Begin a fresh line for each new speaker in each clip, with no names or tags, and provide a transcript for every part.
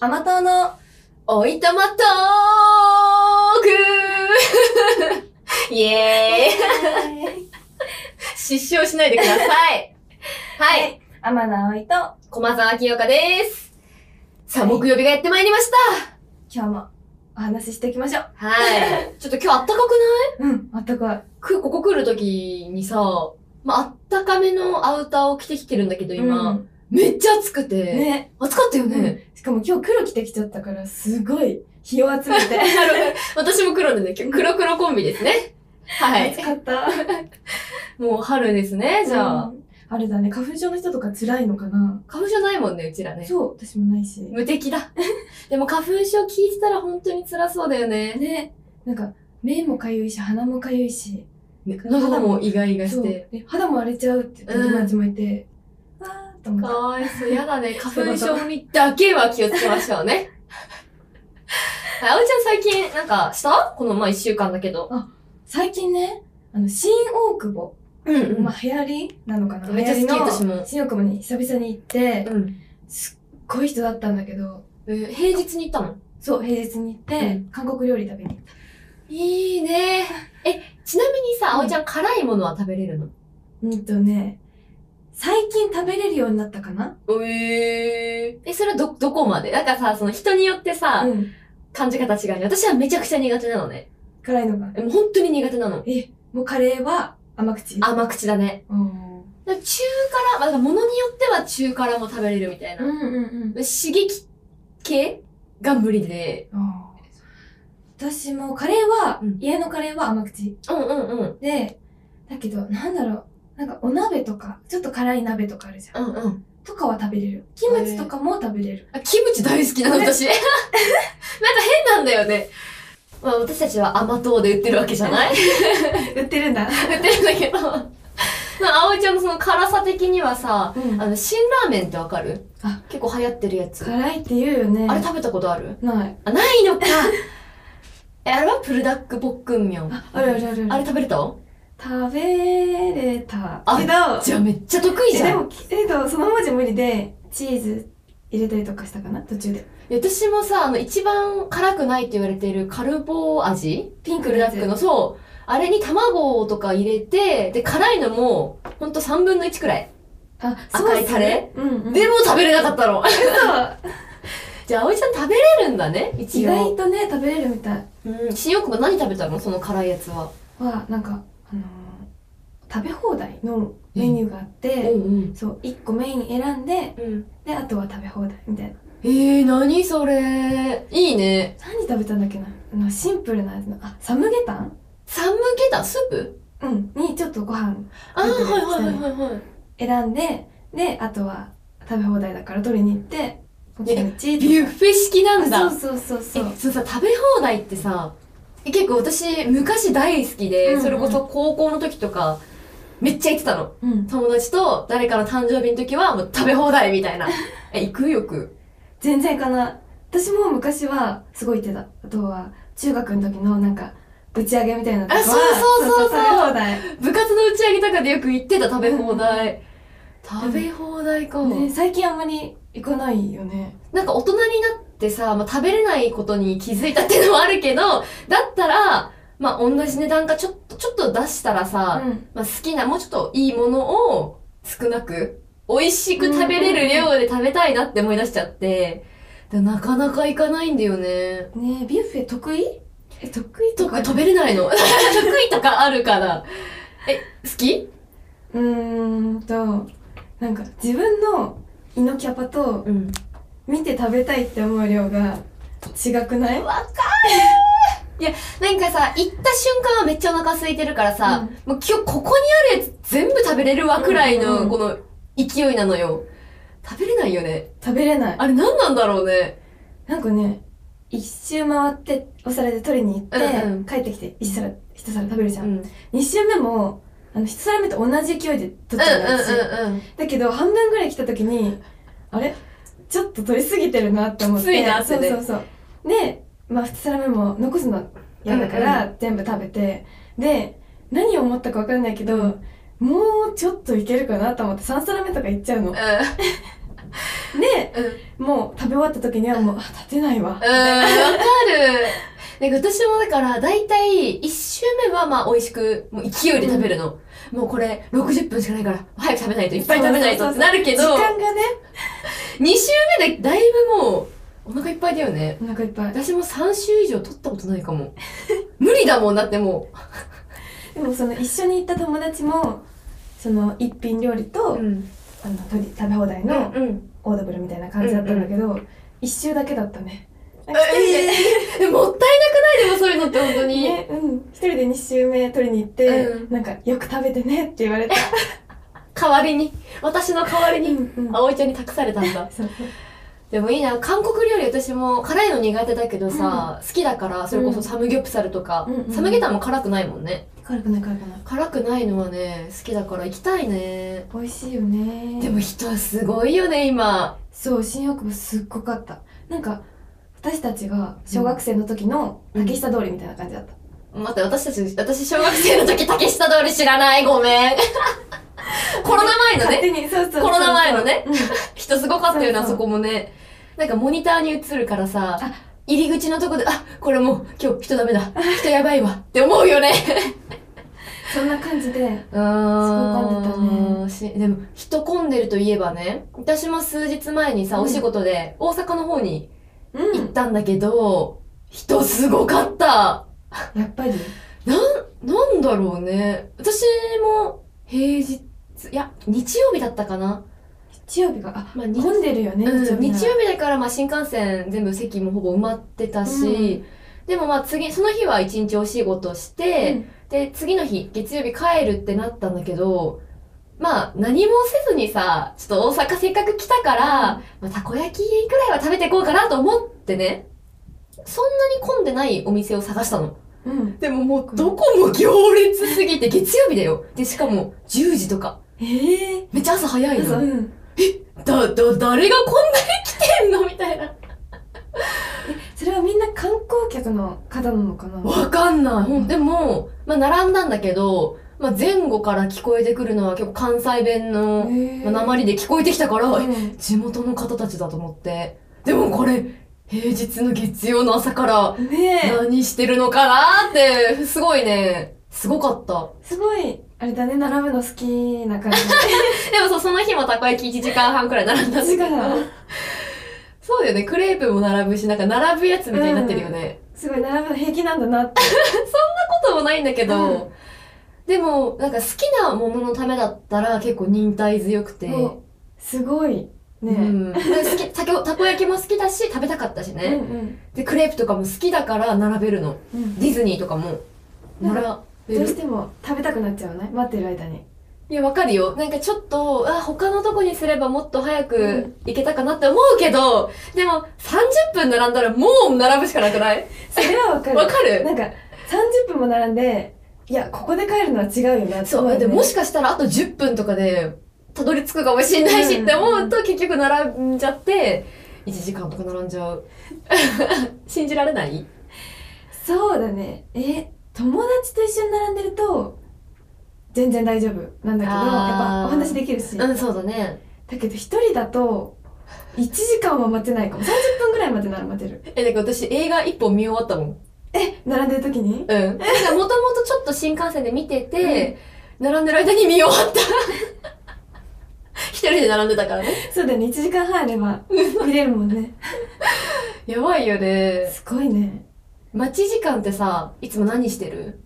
あなたのおいたまトークイエーイ失笑しないでください。 はい。
はい天野葵と、
駒沢清香です。さあ、木曜日がやってまいりまし
今日もお話ししていきましょう。
た。はい。 ちょっと今日あったかくない
うん、あったかい。
くここ来るときにさ、まあ、あったかめのアウターを着てきてるんだけど、今、
うん
めっちゃ暑くて、
ね。
暑かったよ
う
ね。
しかも今日黒着てきちゃったから、すごい日を集めて。
私も黒でね、今日黒黒コンビですね。はい
暑。かった。
もう春ですね、じゃあ。
うんあれだね、花粉症の人とか辛いのかな。
花粉症ないもんね、うちらね。
そう、私もないし。
無敵だ。 でも花粉症聞いてたら本当に辛そうだよね。
ね、なんか、目もかゆいし、鼻もかゆいし。
喉もイガイガ
そ
し
う。
て。
で肌も荒れちゃうって言って友達もいて。わーっと思
か
っ
わいそう。やだ ね。花粉症にだけは気をつけましょう ね。あおいちゃん最近なんかしたこのまあ一週間だけど。
た。最近ね、あの、新大久保。
うん
まあ、流行りなのかな。
めっちゃ好き、私
も。
も。
新大久保に久々に行って、
うん。
すっごい人だったんだけど、
えー平日に行ったの
そう、平日に行って、
うん
韓国料理食べに行った。
いいね。え、ちなみにさ、
うん
あおいちゃん辛いものは食べれるの
うんとね、最近食べれるようになったかな
ええ、それはど、どこまでなんかさ、その人によってさ、
うん。
感じ方違うね。私はめちゃくちゃ苦手なのね。
辛いのが。
もう本当に苦手なの。
え、もうカレーは甘口。
甘口だね。
うん。
だから中辛、まあ、だから物によっては中辛も食べれるみたいな。
うんうんうん。
刺激系が無理で。
あー私もカレーは、
うん
家のカレーは甘口。
うんうんうん。
で、だけど、なんだろう。なんかお鍋とか、ちょっと辛い鍋とかあるじゃん。
うんうん。
とかは食べれる。キムチとかも食べれる。
あ、キムチ大好きなの、
ね
私。なんか変なんだよね。まあ私たちは甘党で売ってるわけじゃない
売
売
ってるんだ。
ってるんだけど。まあ、葵ちゃんのその辛さ的にはさ、
うん
あの、辛ラーメンってわかる
あ
結構流行ってるやつ。
辛いって言うよね。
あれ食べたことある
ない。
あ、ない のかえ、あれはプルダックポックンミョン。
あ、あるあるある
あれ食べれた
食べれた
あ
けど、
じゃあめっちゃ得意じ
えで
ゃん。
も、けど、その文字無理で、チーズ入れたりとかしたかな途中で。
いや私もさ、あの、一番辛くないって言われているカルボ味
ピン
プルダックの、そう。あれに卵とか入れて、で、辛いのも、ほんと3分の1くらい。
あ、
赤いタレ
そうっすねうん、うん。
でも食べれなかったの。
嘘
じゃあ、葵ちゃん食べれるんだね、
意
一応。
外とね、食べれるみたい。
うん。新大久保何食べたのその辛いやつは。
は、なんか、あのー食べ放題のメニューがあって、
うん。
そう、1個メイン選んで、
うん。
で、あとは食べ放題みたいな。
えー、何それ。いいね。
何食べたんだっけなあのシンプルなやつの、あ、サムゲタン
サムゲタンスープ
うん。に、ちょっとご飯
あー、
入ってる
はいはいはいはいはい。
選んで、で、あとは食べ放題だから取りに行って、こっちにチーズ
ビュッフェ式なんだ。
そうそうそうそう
え。そうさ食べ放題ってさえ結構私昔大好きで、
うんうん
それこそ高校の時とかめっちゃ行ってたの
うん。
友達と誰かの誕生日の時はもう食べ放題みたいなえ行くよく
全然かな。私も昔はすごい行ってた。あとは、中学の時のなんか、打ち上げみたいなのとかは
あそうそうそうそう
食べ放題。
部活の打ち上げとかでよく行ってた食べ放 題食べ放題か、
ね、最近あんまり行かないよね。
なんか大人になってさ、まあ、食べれないことに気づいたっていうのもあるけどだったらまあ同じ値段かちょっとちょっと出したら
う
さ、
ん。
まあ、好きな、もうちょっといいものを少なく、美味しく食べれる量で食べたいなって思い出しちゃって、でなかなか行かないんだよね。
ねビュッフェ得意え、得意と
と
か。
食べれないの。得 意とかあるから。え、好き
うーんと、なんか自分の胃のキャパと
うん。
見て食べたいって思う量が違くない
わかるいや、なんかさ、行った瞬間はめっちゃお腹空いてるからさ、もう今日ここにあるやつ全部食べれるわくらい
うんう
の、
ん
この勢いなのよ。食べれないよね。
食べれない。
あれ何なんだろうね。
なんかね、一周回って、お皿で取りに行って、
うんうん
帰ってきて、一皿、一皿食べるじゃ。
うんん。うん
二、周目も、あの、一皿目と同じ勢いで
うん
取っちゃう私
うんうん。
だけど、半分ぐらい来た時に、あれちょっと取りすぎてるなって思って。
きついなってね
そうそうそう。で、まあ、二皿目も残すの嫌だから、全部食べて、で、何を思ったかわかんないけど、もうちょっといけるかなと思って、三皿目とかいっちゃうの。
うん
で、
うん。
もう食べ終わった時にはもう、あ、立てないわ
う。ん、わかる。なんか私もだから、だいたい1周目はまあ美味しく、もう勢いで食べるの。もうこれ60分しかないから、早く食べないと、いっぱい食べないとってなるけど、
時
2
間がね、
周目でだいぶもう、お腹いっぱいだよね。
お腹いっぱい。
私も3週以上取ったことないかも。無理だもんだっても
でもその一緒に行った友達も、その一品料理
う。
と、
ん。
あのとり食べ放題
う
の
ん。
オードブルみたいな感じだったんだけど、一周だけだったね。なんか一人で
えー、もったいなくないでもそういうのって本当に。
ね、うん。一人で2周目取りに行って、
うん
なんか、よく食べてねって言われた。
代わりに、私の代わり
う
に、
んうん
葵ちゃんに託されたんだ。
そう
でもいいな、韓国料理私も辛いの苦手だけどさ、好きだから、それこそサムギョプサルとか、
うんうん
サムゲタンも辛くないもんね。
辛くない辛くない。
辛くないのはね、好きだから行きたいね。
美味しいよね。
でも人はすごいよね、今。
そう、新大久保すっごかった。なんか、私たちが小学生の時の竹下通りみたいな感じだった。
待って、私たち、私小学生の時竹下通り知らない、ごめ ん。コロナ前の
勝
ね、
手に、そうそうそう。
コロナ前のね
うん。
人すごかったよ
そ
な、
うそ
そうこもね。なんかモニターに映るからさ
あ、
入り口のとこで、あ、これもう今日人ダメだ、人やばいわって思うよね。
そんな感じで、
うーん
すごい混
しでも、人混んでるといえばね、私も数日前にさ、
うん
お仕事で大阪の方に
う
行っ。たんだけど、人すごかった
やっぱり、
なんだろうね。私も平日、いや、日曜日だったかな。
日曜日が、あ、
まあ、日
混んでるよね、
うん、
日
日
曜
曜日だから、まあ、新幹線全部席もほぼ埋まってたし、でもまあ次、その日は一日お仕事して、
うん
で、次の日、月曜日帰るってなったんだけど、まあ何もせずにさ、ちょっと大阪せっかく来たから、まあ、たこ焼きくらいは食べていこうかなと思ってね、そんなに混んでないお店を探したの。
日。うん。
でももうどこも行列すぎて、月曜日だよ。で、しかも10時とか。
ええ
めっちゃ朝早い
ー。
の。
うん。
だ、だ、誰がこんなに来てんのみたいな。
それはみんな観光客の方なのかな
わかんない。ほんでも、まあ、並んだんだけど、まあ、前後から聞こえてくるのは結構関西弁の、
え
まあ、訛りで聞こえてきたから、
う
え
ん
地元の方たちだと思って。でもこれ、平日の月曜の朝から、
ねえ。
何してるのかなって、すごいね、すごかった。
すごい、あれだね、並ぶの好きな感じ。
でもそう、その日もたこ焼き1時間半くらい並んだんだけ
確
ど
かに。
そうだよね、クレープも並ぶし、なんか並ぶやつみたいになってるよね。
すごい、並ぶの平気なんだなって。
こともないんだけど、
う
でも、なんか好きなもののためだったら結構忍耐強くて、
もうすごい。
う
ねえ。うん
ん、好きたこたこ焼きも好きだし、食べたかったし
う
ね、
ん。
で、クレープとかも好きだから並べるの。
うん
ディズニーとかも並べ
どう
る
し。ても食べたくなっちゃうね。待ってる間に。
いや、わかるよ。なんかちょっと、あ、他のとこにすればもっと早く行けたかなって思うけど、でも30分並んだらもう並ぶしかなくない
それはわかる。
わかる
なんか、30分も並んで、いや、ここで帰るのは違うよなって
そ
思
う、
よね
でもしかしたらあと10分とかで、たどり着くかもしれないしって思うと、結局並んじゃって、1時間とか並んじゃう。 信じられない
そうだね。え、友達と一緒に並んでると、全然大丈夫なんだけど、やっ
あ
ぱ
ー
お話できるし。
うん、そうだね。
だけど一人だと1時間は待てないかも30分ぐらいまでなら待てる
え、なんか私映画1本見終わったもん。うん。
並んでる時に
なんかもともとちょっと新幹線で見てて、並んでる間に見終わった。一人で並んでたからね。
そうだよね1時間半あれば見れるもんね
やばいよね。
すごいね
待ち時間ってさ、いつも何してる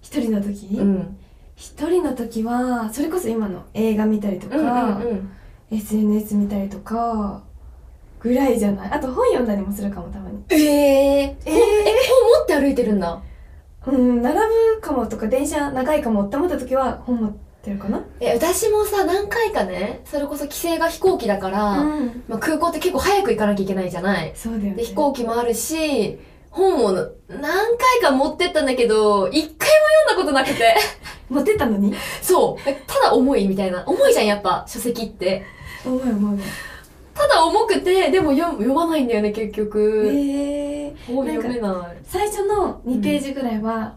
一人の時
うん。
一人の時はそれこそ今の映画見たりとか、
うんうんうん。
SNS 見たりとかぐらいじゃないあと本読んだりもするかもたまに
ええー。
えー
え、本持って歩いてるんだ。
うん並ぶかもとか電車長いかもって思った時は本持ってるかな
え私もさ何回かねそれこそ帰省が飛行機だから、
うん
まあ、空港って結構早く行かなきゃいけないじゃない
そうだよね
で飛行機もあるし本を何回か持ってったんだけど一回も読んだことなくて
持ってったのに
そうただ重いみたいな重いじゃんやっぱ書籍って
重い重い
ただ重くてでも読読まないんだよね結局、
ええ
本読めない
最初の2ページぐらいは、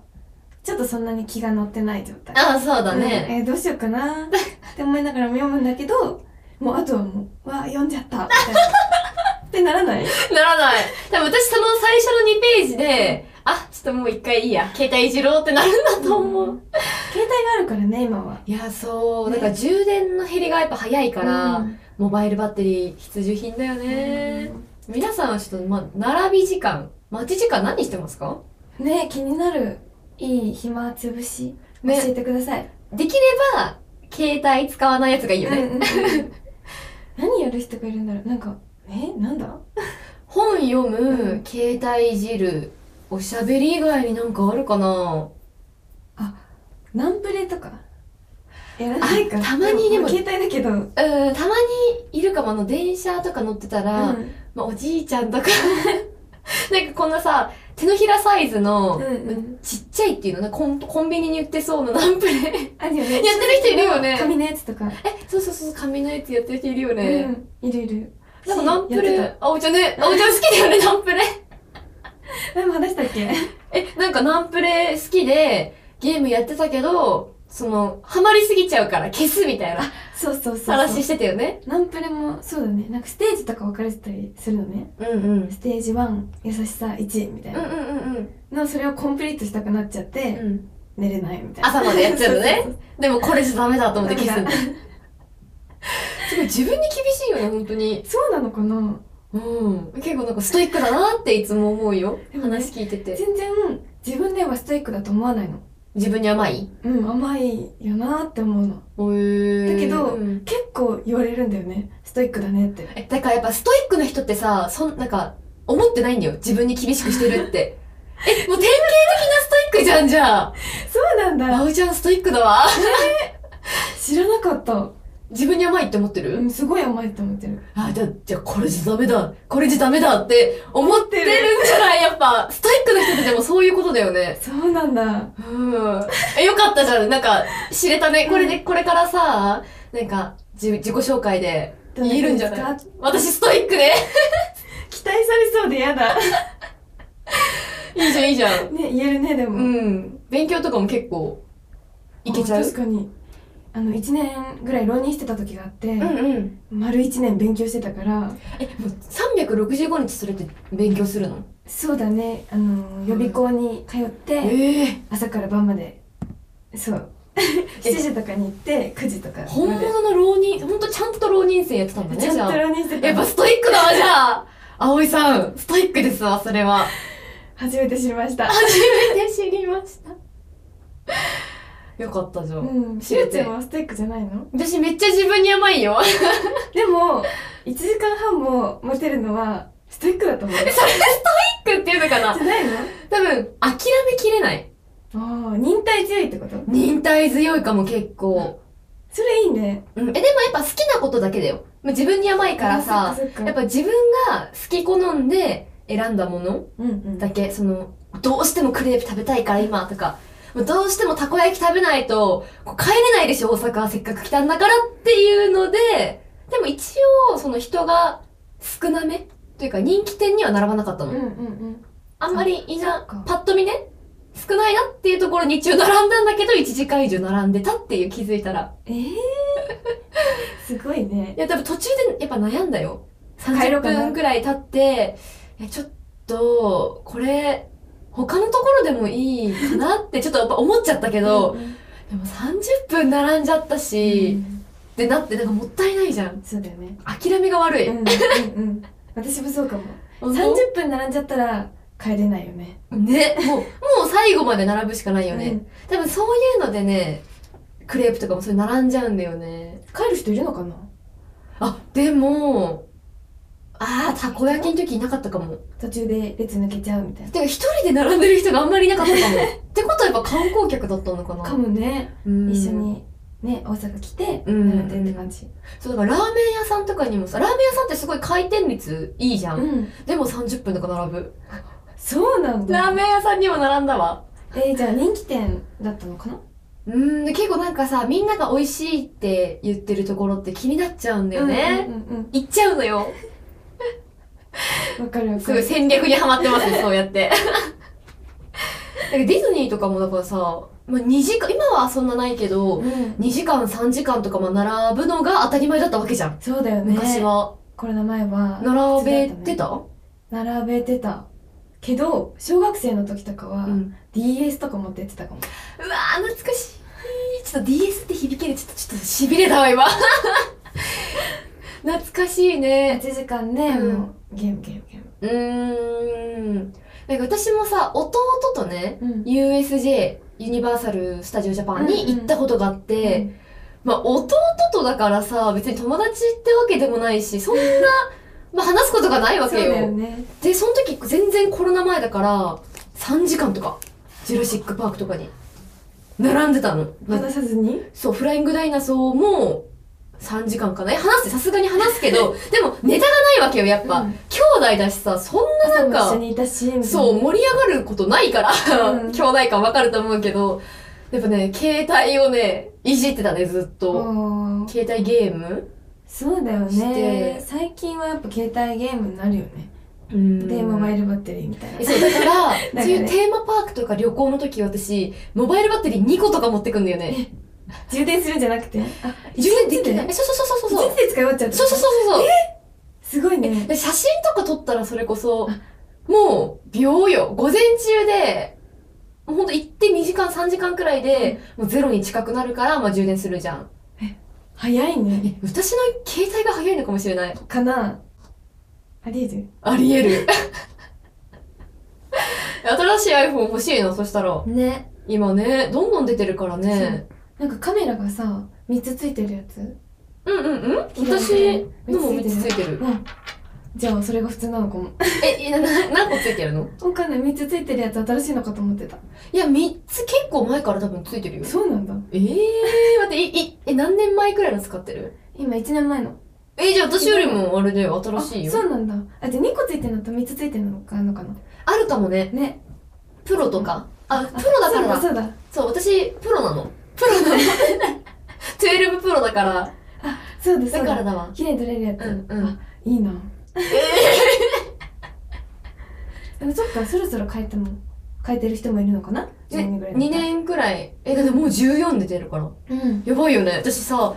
ちょっとそんなに気が乗ってない状態。
ああそうだね、
うんえーどうしようかなって思いながらも読むんだけど、もうあとはもう、わあ、読んじゃった、みたいな。ってならない
ならない。多分私その最初の2ページで、あ、ちょっともう一回いいや、携帯いじろうってなるんだと思う。
ん携帯があるからね、今は。
いや、そう、
ね
だから充電の減りがやっぱ早いから、
うん
モバイルバッテリー必需品だよね。皆さんはちょっと、ま、並び時間、待ち時間何してますか
ね気になる。いい暇つぶし。教
ね
えてください。
できれば、携帯使わないやつがいいよね。
うんうんうん 何やる人がいるんだろうなんか、えなんだ
本読む、
うん
携帯いじる、おしゃべり以外になんかあるかな
ナンプレとか。やらないか。
あたまにでも
まあ携帯だけど。うん。
うん、たまにいるかも、あの、電車とか乗ってたら、まあ、おじいちゃんとか、 なんかこんなさ、手のひらサイズの、
うんうん
ちっちゃいっていうのね、コンコンビニに売ってそうなナンプ レ。え、
あるよね。
やってる人いるよね
紙のやつとか。
そうそうそう、紙のやつやってる人いるよね。
うん。いるいる。
なんかナンプ
やって
レ、あ、お茶ね、あ、お茶好きだよね、ナンプレ。
た前も話したっ け
え、なんかナンプレ好きで、ゲームやってたけど、その、ハマりすぎちゃうから消すみたいな
そうそうそうそう。
話してたよね。
ナンプレもそうだね。なんかステージとか分かれてたりするのね。
うんうん。
ステージ1、優しさ1みたい
う
な。
んうんうんうん。
のそれをコンプリートしたくなっちゃって、
うん、
寝れないみたいな。
朝までやっちゃうのね
そそ
でもこれじゃダメだ
そ
と思
う。
って消すんだ。すごい自分に厳しいよね、本当に。
そうなのかな
うん。結構なんかストイックだなっていつも思うよ。
でもね
話聞いてて。
全然自分ではストイックだと思わないの。
自分に甘い
うん、甘いよなって思うの。
だ
だけど
うん
結構言われるんだよね。ストイックだねって。
えだからやっぱストイックな人ってさ、そん、なんか、思ってないんだよ。自分に厳しくしてるって。え、もう典型的なストイックじゃん、じゃあ。
そうなん
ラ
だ。
ウちゃんストイックだわ。
知らなかった。
自分に甘いって思って
う
る
ん、すごい甘いって思ってる。
あ、じゃあ、じゃあこれじゃダメだ。これじゃダメだって思ってるんじゃないやっぱ、ストイックな人ってでもそういうことだよね。
そうなんだ。
うん。え、よかったじゃん。なんか、知れたね。これで、これからさ、なんか、じ自己紹介で言えるんじゃない私ストイックで
期待されそうでや だ。ね、
いいじゃん、いいじゃん。
言えるね、でも。
うん。勉強とかも結構、いけちゃ
あ
う。
確かに。あの、1年ぐらい浪人してた時があって、
うんうん。
丸1年勉強してたから、
え、もう365日それで勉強するの
そうだね、あの、予備校に通って、
ええ
朝から晩まで、そう。7時 とかに行って、9時とかまで。
本物の浪人、ほんとちゃんと浪人生やってたんだね、
ちゃん
じゃ
と
あ。
浪人してた。
やっぱストイックだ わ、じゃあ。葵さん、ストイックですわ、それ は。
初めて知りました。
初めて知りました。よかったじゃん。
うん。
知
し
れ
ゅ
て
うちゃんはストイックじゃないの
私めっちゃ自分に甘いよ。
でも、1時間半も持てるのは、ストイックだと思う。
それ
じ
ストイックっていうのかな
ゃない
多分、諦めきれない。
のああ、忍耐強いってこと
忍耐強いかも結構。
それいいね。
うん。え、でもやっぱ好きなことだけだよ。まあ自分に甘いからさ、
そっかそっか
やっぱ自分が好き好んで選んだもの
うんうん。
だけ、その、どうしてもクレープ食べたいから今とか、もうどうしてもたこ焼き食べないと、こう帰れないでしょ、大阪はせっかく来たんだからっていうので、でも一応、その人が少なめというか人気店には並ばなかった
う
の
ん。うんうん。
あんまりい
そ
な
っか、
パッと見ね、少ないなっていうところに一応並んだんだけど、1時間以上並んでたっていう気づいたら。
ええ すごいね
い。や、多分途中でやっぱ悩んだよ。
帰ろ
30
うかな
分くらい経って、いや、ちょっと、これ、他のところでもいいか なってちょっとやっぱ思っちゃったけど、でも30分並んじゃった
うんうん、
し、ってなってなんかもったいないじゃん。
そうだよね。
諦めが悪い。
うんうんうん。私もそうかも。30分並んじゃったら帰れないよね。
ね、もう、もう最後まで並ぶしかないよね。
うん
多分そういうのでね、クレープとかもそれ並んじゃうんだよね。
帰る人いるのかな
あ、でも、ああ、たこ焼きの時いなかったかも。
途中で列抜けちゃうみたい
てか一人で並んでる人があんまりいなかった かも。ってことはやっぱ観光客だったのかな
な。かもね。
うん
一緒。にね、大阪来て、
うん
並んでって感じ。
そう、だからラーメン屋さんとかにもさ、ラーメン屋さんってすごい回転率いいじゃ。
うんん。
でも30分とか並ぶ。
そうなん
ラー
だ。
メン屋さんにも並んだわ。
えー、じゃあ人気店だったのかな
うん、で結構なんかさ、みんなが美味しいって言ってるところって気になっちゃうんだよね。
うんうんうん
行っちゃうのよ。
うん。わかるわ
す
か
ごい
る。
戦略にはまってますね、そうやって。だからディズニーとかもだからさ、まあ、2時間、今はそんなないけど、
うん
2時間、3時間とかまあ並ぶのが当たり前だったわけじゃん。
そうだよね
昔は。
コロナ前は
並べて
普通だったたね並べてたけど小学生の時とかは、
うん
DS とか持ってやってたかも
うわー、懐かしい。ちょっと DS って響ける。ちょっと、ちょっと痺れたわ、今。 懐かしいね。
8時間ね、
うん
もうゲームゲームゲーム
うーん。なんか私もさ、弟とね、
うん、
USJ、ユニバーサル・スタジオ・ジャパンに行ったことがあって、まあ弟とだからさ、別に友達ってわけでもないし、そ んな、まあ話すことがない
うん
わ
そ
け
う
よ。
だよね
で、その時全然コロナ前だから、3時間とか、ジュラシック・パークとかに、並んでたの。まあ
話さずに
そう、フライングダイナソーも、3時間かな。え話して、さすがに話すけど、 でもネタがないわけよ、やっぱ。
うん
兄弟だしさ、そんなな
朝
ん
も
か、
一緒にいたしみたいな
そう、盛り上がることないから、
うん
兄弟感わかると思うけど、やっぱね、携帯をね、いじってたね、ずっと。
おー
携帯ゲーム
そうだよ
して
ね最近はやっぱ携帯ゲームになるよね、
うん
でモバイルバッテリーみたいな
そう、だ から、
ね
そういうテーマパークとか旅行の時私、モバイルバッテリー2個とか持ってくんだよね。
充電するんじゃなくてあ
充電できない。
一
えそうそうそうそう
日
そう。
で使い終わっちゃった
そうそうそうそう。
すごい
え
ね
で写真とか撮ったらそれこそ、もう、秒よ。午前中で、もうほんと行って2時間3時間くらいで、もうゼロに近くなるから、まあ充電するじゃん。
早いね
え、私の携帯が早いのかもしれない。
かなありえる
あり得 る。新しい iPhone 欲しいな、そしたら。
ね
今ね、どんどん出てるからね。
なんかカメラがさ3つついてるやつ
うんうんうん私のも3つついてる。
うんじゃあそれが普通なのかも
え、いなな何個ついてるの
わかんない3つついてるやつ新しいのかと思ってた
いや、3つ結構前から多分ついてるよ。
そうなんだ
ええー、待って、い、い、え、何年前くらいの使ってる
今1年前の
え、じゃあ私よりもあれで
あ
新しいよ。
そうなんだあじゃあ2個ついてるのと3つついてるのかあるのかな
あるかもね。
ね
プロとか。あ、プロだからだ。
そうだそうだ
そう、私、プロなの。プロなの。12プロだから。
そうだそ
だ
う
から
だ
だわ。
綺麗に撮れるやつ、
うんうん
あいい なでもそっかそろそろ変えても変えてる人もいるのかな
ね
12ぐらいだ
2年くらい。え、だってもう14で出るから。
うん
やばいよね。私さ、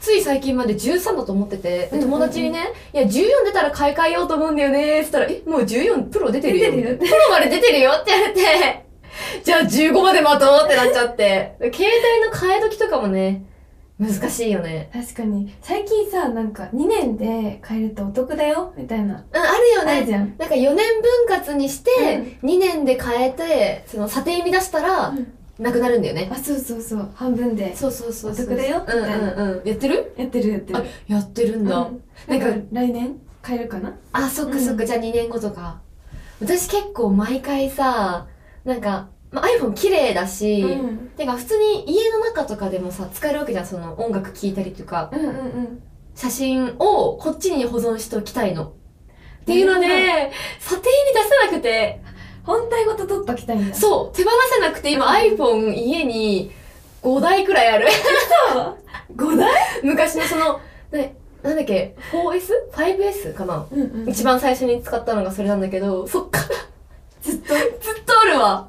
つい最近まで13だと思ってて、で
うんうんうん
友達にね、いや、14出たら買い替えようと思うんだよねって言ったら、え、もう14プロ出てるよ。
出てるよ
プロまで出てるよって言われて、じゃあ15まで待とうってなっちゃって。携帯の替え時とかもね、難しいよね。
確かに最近さなんか2年で変えるとお得だよみたいな
うん、ある
あ
よ
る
ね。
じゃん
なんか4年分割にして、2年で変えて、その査定見出したら
うん、
なくなるんだよね。
あそうそうそう半分で
そうそうそうそう。
お得だよみ
う
た
ん
いうなん
うん。やってる
やってるやってる
あやってるんだ。
うん、
な
なんん
か
か来年変えるかな
あ、そっかそっか、
うん
じゃあ2年後とか。私結構毎回さ、なんか、まあ、iPhone 綺麗だし、
うん
てか普通に家の中とかでもさ、使えるわけじゃん、その音楽聴いたりとか、
うんうんうん
写真をこっちに保存しておきたいの。っていうので、査定に出せなくて、
本体ごと取っときたいんだ
そう、手放せなくて今 iPhone 家に5台くらいある。
う5台
昔のその、ね、なんだっけ、4S?5S かな
うんうん
一番最初に使ったのがそれなんだけど、そっから
ずっと
ずっとあるわ。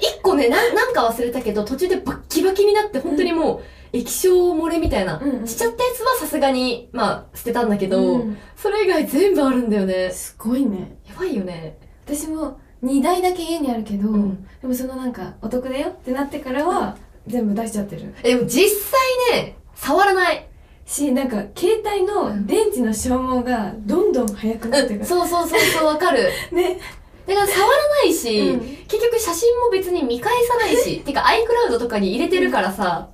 一個ね、な、なんか忘れたけど、途中でバッキバキになって、本当にもう、液晶漏れみたいな
うんう。ん
しちゃったやつはさすがに、まあ、捨てたんだけど、
うん
それ以外全部あるんだよね。
すごいね
やばいよね。
私も2台だけ家にあるけど、
うん
でもそのなんかお得だよってなってからは全部出しちゃってる
えでも実際ね、触らない。
しなんか携帯の電池の消耗がどんどん早くなってく
う ん、
る、
そうそうそうそう、わかる。
ね、
だから触らないし、
うん
結局写真も別に見返さないし、てか iCloud とかに入れてるからさ、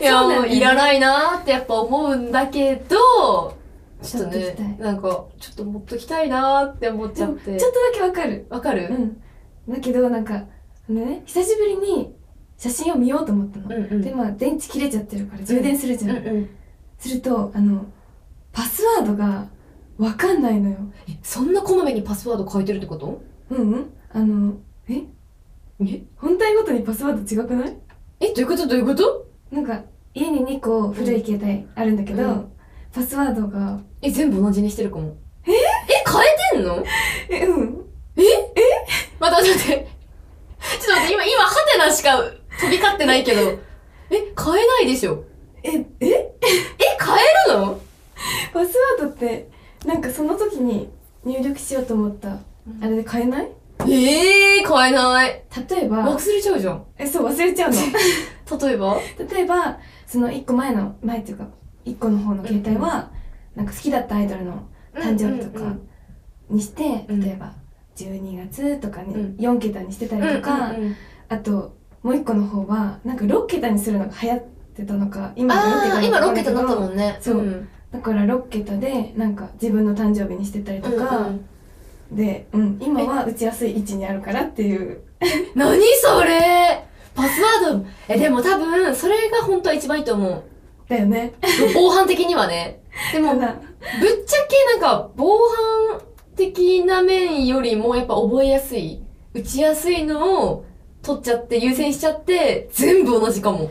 いや、
そうだ
も
よ
う
ね
いらないなーってやっぱ思うんだけど、ちょっと
持っときた
ね
い、
なんか、ちょっと持っときたいなーって思っち
で
ゃっ
もちょ
て
っと。だけわかる
わかる
うん、だけどなんかあのね久しぶりに写真を見ようと思ったの、
うんうん。
でまあ電池切れちゃってるから充電するじ
う
ゃ
ん
ん、
うん。
するとあのパスワードがわかんないのよ
えそんなこまめにパスワード変えてるってこと
うんうんあのえ
え
本体ごとにパスワード違くない
え、どういうことどういうこと
なんか家に2個古い携帯あるんだけど、
うん
パスワードが
え、全部同じにしてるかも。ええ、変えてんの
えうん
待って待って待って。ちょっと待って、今、今、ハテナしか飛び交ってないけど。え、買えないでしょ。
え、え
え、買えるの
パスワードって、なんかその時に入力しようと思った、あれで変えない
ええー、買えない。
例えば、
忘れちゃうじゃん。
え、そう、忘れち ゃうの。
例えば
例えばその1個前の前っていうか1個の方の携帯は、なんか好きだったアイドルの誕生日と
うんうんう
か
ん
にして、
うん
例えば12月とかね、
うん
4桁にしてたりとか、
うんうんうん
あともう1個の方はなんか6桁にするのが流行ってたのか今
ああ、今
が
ロケットになったも
ん
んね。
そうんだから6桁でなんか自分の誕生日にしてたりとか、
うんうん
で、うん、今は打ちやすい位置にあるからっていう
何それパスワード。え、でも多分、それが本当は一番いいと思う。
だよね
防犯的にはね。 でも、
た
ぶっ
だ
ちゃけなんか、防犯的な面よりもやっぱ覚えやすい。打ちやすいのを取っちゃって、優先しちゃって、全部同じかも。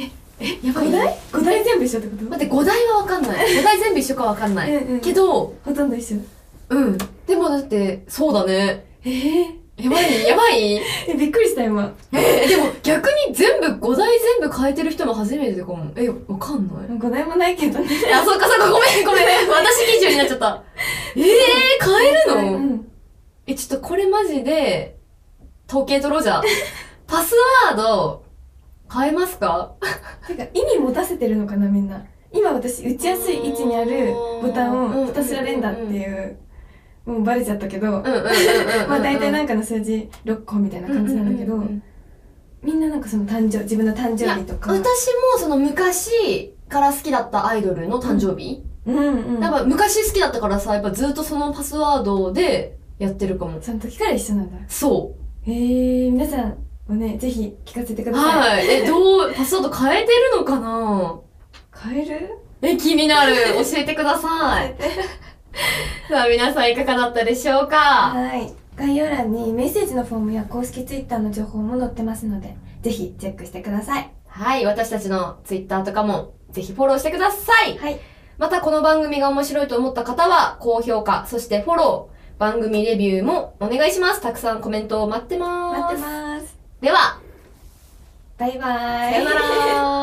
え、え、え、やばい。
5
待
台 ?5 台全部一緒ってこと
って、5台はわかんない。5台全部一緒かわかんない。
うんうん
けど、
ほとんど一緒
うん。でもだって、そうだね。
えー、
やばい、やばい。
えびっくりした今
え、でも逆に全部、5台全部変えてる人も初めてかも。え、わかんない。
5台もないけどね
あ、そっかそっか、ごめん、ごめん。私基準になっちゃった。えー、変えるの、
うん、
え、ちょっとこれマジで、統計取ろうじ ゃん。パスワード、変えますか
てか意味持たせてるのかなみんな今私打ちやすい位置にあるボタンをひたすら連打っていうもうバレちゃったけど
うんうんうんうん。
まあ大体なんんか
か、
の数字6個みたいな感じなんだけどみんななんかその誕生自分の誕
い
生
や、
日と
私
か
もその昔から好きだったアイドルの誕生日。
うんうん
やっぱ昔好きだったからさ、やっぱずっとそのパスワードでやってるかも。
その時から一緒なんだ
そ
へえ皆さんもねぜひ聞かせてく
う。
ださい
はい。え、どう、パスワード変えてるのかな
変える
え、気に なる。教えてください。さあ、皆さんいかがだったでしょうか
はい概要欄にメッセージのフォームや公式 Twitter の情報も載ってますのでぜひチェックしてください
はい、私たちのツイッターとかもぜひフォローしてください。
はい
またこの番組が面白いと思った方は、高評価、そしてフォロー、番組レビューもお願いします。たくさんコメントを待ってます。
待ってます
では、
バイバイ。
さよなら。